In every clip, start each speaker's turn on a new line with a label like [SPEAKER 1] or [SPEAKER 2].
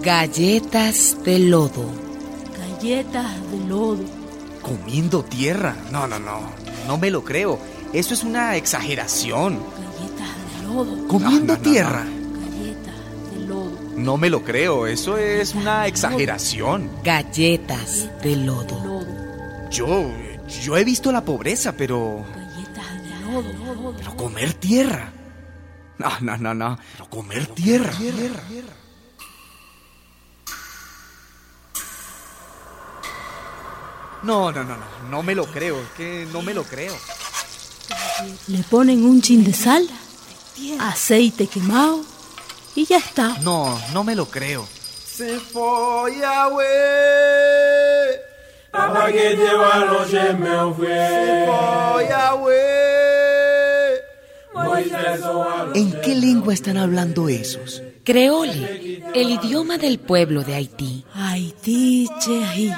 [SPEAKER 1] Galletas de lodo.
[SPEAKER 2] Galletas de lodo.
[SPEAKER 3] Comiendo tierra. No, no, no. No me lo creo. Eso es una exageración.
[SPEAKER 2] Galletas de lodo.
[SPEAKER 3] Comiendo
[SPEAKER 4] no, no,
[SPEAKER 3] tierra.
[SPEAKER 2] Galletas de lodo.
[SPEAKER 3] No me lo creo. Eso es una exageración.
[SPEAKER 1] Galletas de
[SPEAKER 2] De
[SPEAKER 1] lodo.
[SPEAKER 2] lodo.
[SPEAKER 3] Yo, yo he visto la pobreza, pero,
[SPEAKER 2] Galletas de lodo.
[SPEAKER 3] pero comer tierra. No, no, no, no. Pero comer tierra. No, no, no, no. No me lo creo. Es que no me lo creo.
[SPEAKER 2] Le ponen un chin de sal, aceite quemado y ya está.
[SPEAKER 3] No, no me lo creo.
[SPEAKER 4] Se foi Yahweh.
[SPEAKER 5] Apagué lleva noche me
[SPEAKER 4] Se
[SPEAKER 5] fue.
[SPEAKER 4] foi Yahweh.
[SPEAKER 5] Moisés o a
[SPEAKER 3] ¿En qué lengua están hablando esos?
[SPEAKER 1] Creole, el idioma del pueblo de Haití.
[SPEAKER 2] Haití, che, ají.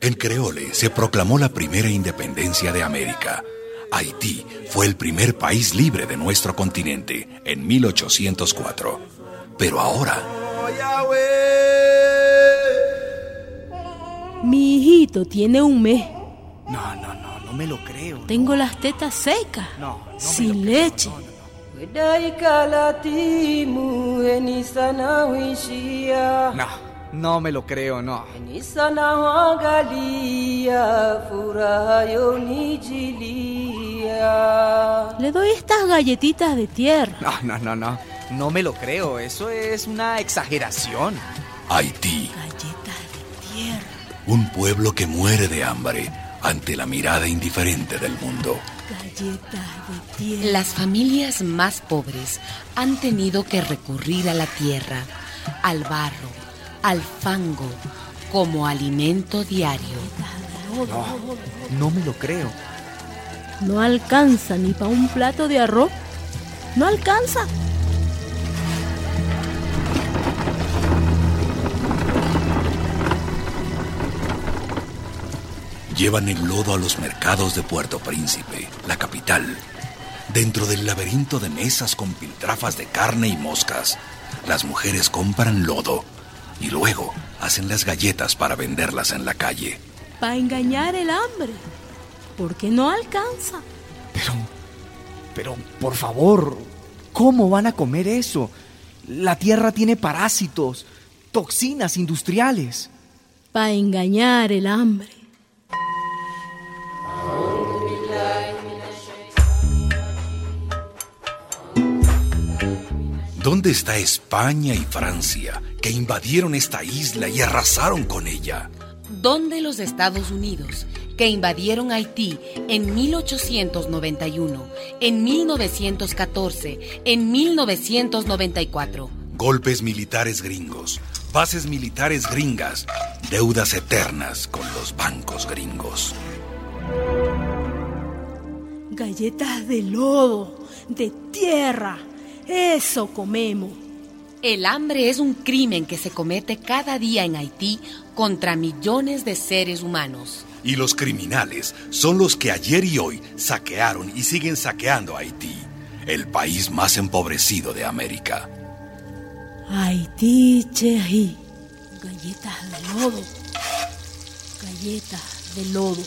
[SPEAKER 6] En Creole se proclamó la primera independencia de América. Haití fue el primer país libre de nuestro continente en 1804. Pero ahora,
[SPEAKER 4] Foi Yahweh.
[SPEAKER 2] Mi hijito tiene un mes.
[SPEAKER 3] No, no, no. No me lo creo.
[SPEAKER 2] Tengo las tetas secas.
[SPEAKER 3] No, no me lo
[SPEAKER 2] sin leche.
[SPEAKER 7] Daikalaatimu enisana wishia
[SPEAKER 3] No, no me lo creo, no.
[SPEAKER 7] enisana wangalia furaha yonijilia
[SPEAKER 2] Le doy estas galletitas de tierra.
[SPEAKER 3] No, no, no, no. No me lo creo. Eso es una exageración.
[SPEAKER 6] Haití,
[SPEAKER 2] Galletas de tierra.
[SPEAKER 6] un pueblo que muere de hambre ante la mirada indiferente del mundo.
[SPEAKER 2] Galletas de tierra.
[SPEAKER 1] Las familias más pobres han tenido que recurrir a la tierra, al barro, al fango, como alimento diario.
[SPEAKER 3] No me lo creo.
[SPEAKER 2] No alcanza ni para un plato de arroz. No alcanza.
[SPEAKER 6] Llevan el lodo a los mercados de Puerto Príncipe, la capital. Dentro del laberinto de mesas con piltrafas de carne y moscas, las mujeres compran lodo y luego hacen las galletas para venderlas en la calle.
[SPEAKER 2] Para engañar el hambre. Porque no alcanza.
[SPEAKER 3] Pero, pero, por favor, ¿cómo van a comer eso? La tierra tiene parásitos, toxinas industriales.
[SPEAKER 2] Para engañar el hambre.
[SPEAKER 6] ¿Dónde está España y Francia que invadieron esta isla y arrasaron con ella?
[SPEAKER 1] ¿Dónde los Estados Unidos, que invadieron Haití en 1891, en 1914, en 1994?
[SPEAKER 6] Golpes militares gringos, bases militares gringas, deudas eternas con los bancos gringos.
[SPEAKER 2] Galletas de lodo, de tierra. Eso comemos.
[SPEAKER 1] El hambre es un crimen que se comete cada día en Haití contra millones de seres humanos.
[SPEAKER 6] Y los criminales son los que ayer y hoy saquearon y siguen saqueando a Haití, el país más empobrecido de América.
[SPEAKER 2] Haití, che, ají. Galletas de lodo. Galletas de lodo.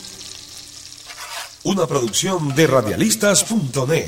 [SPEAKER 4] Una producción de radialistas.net.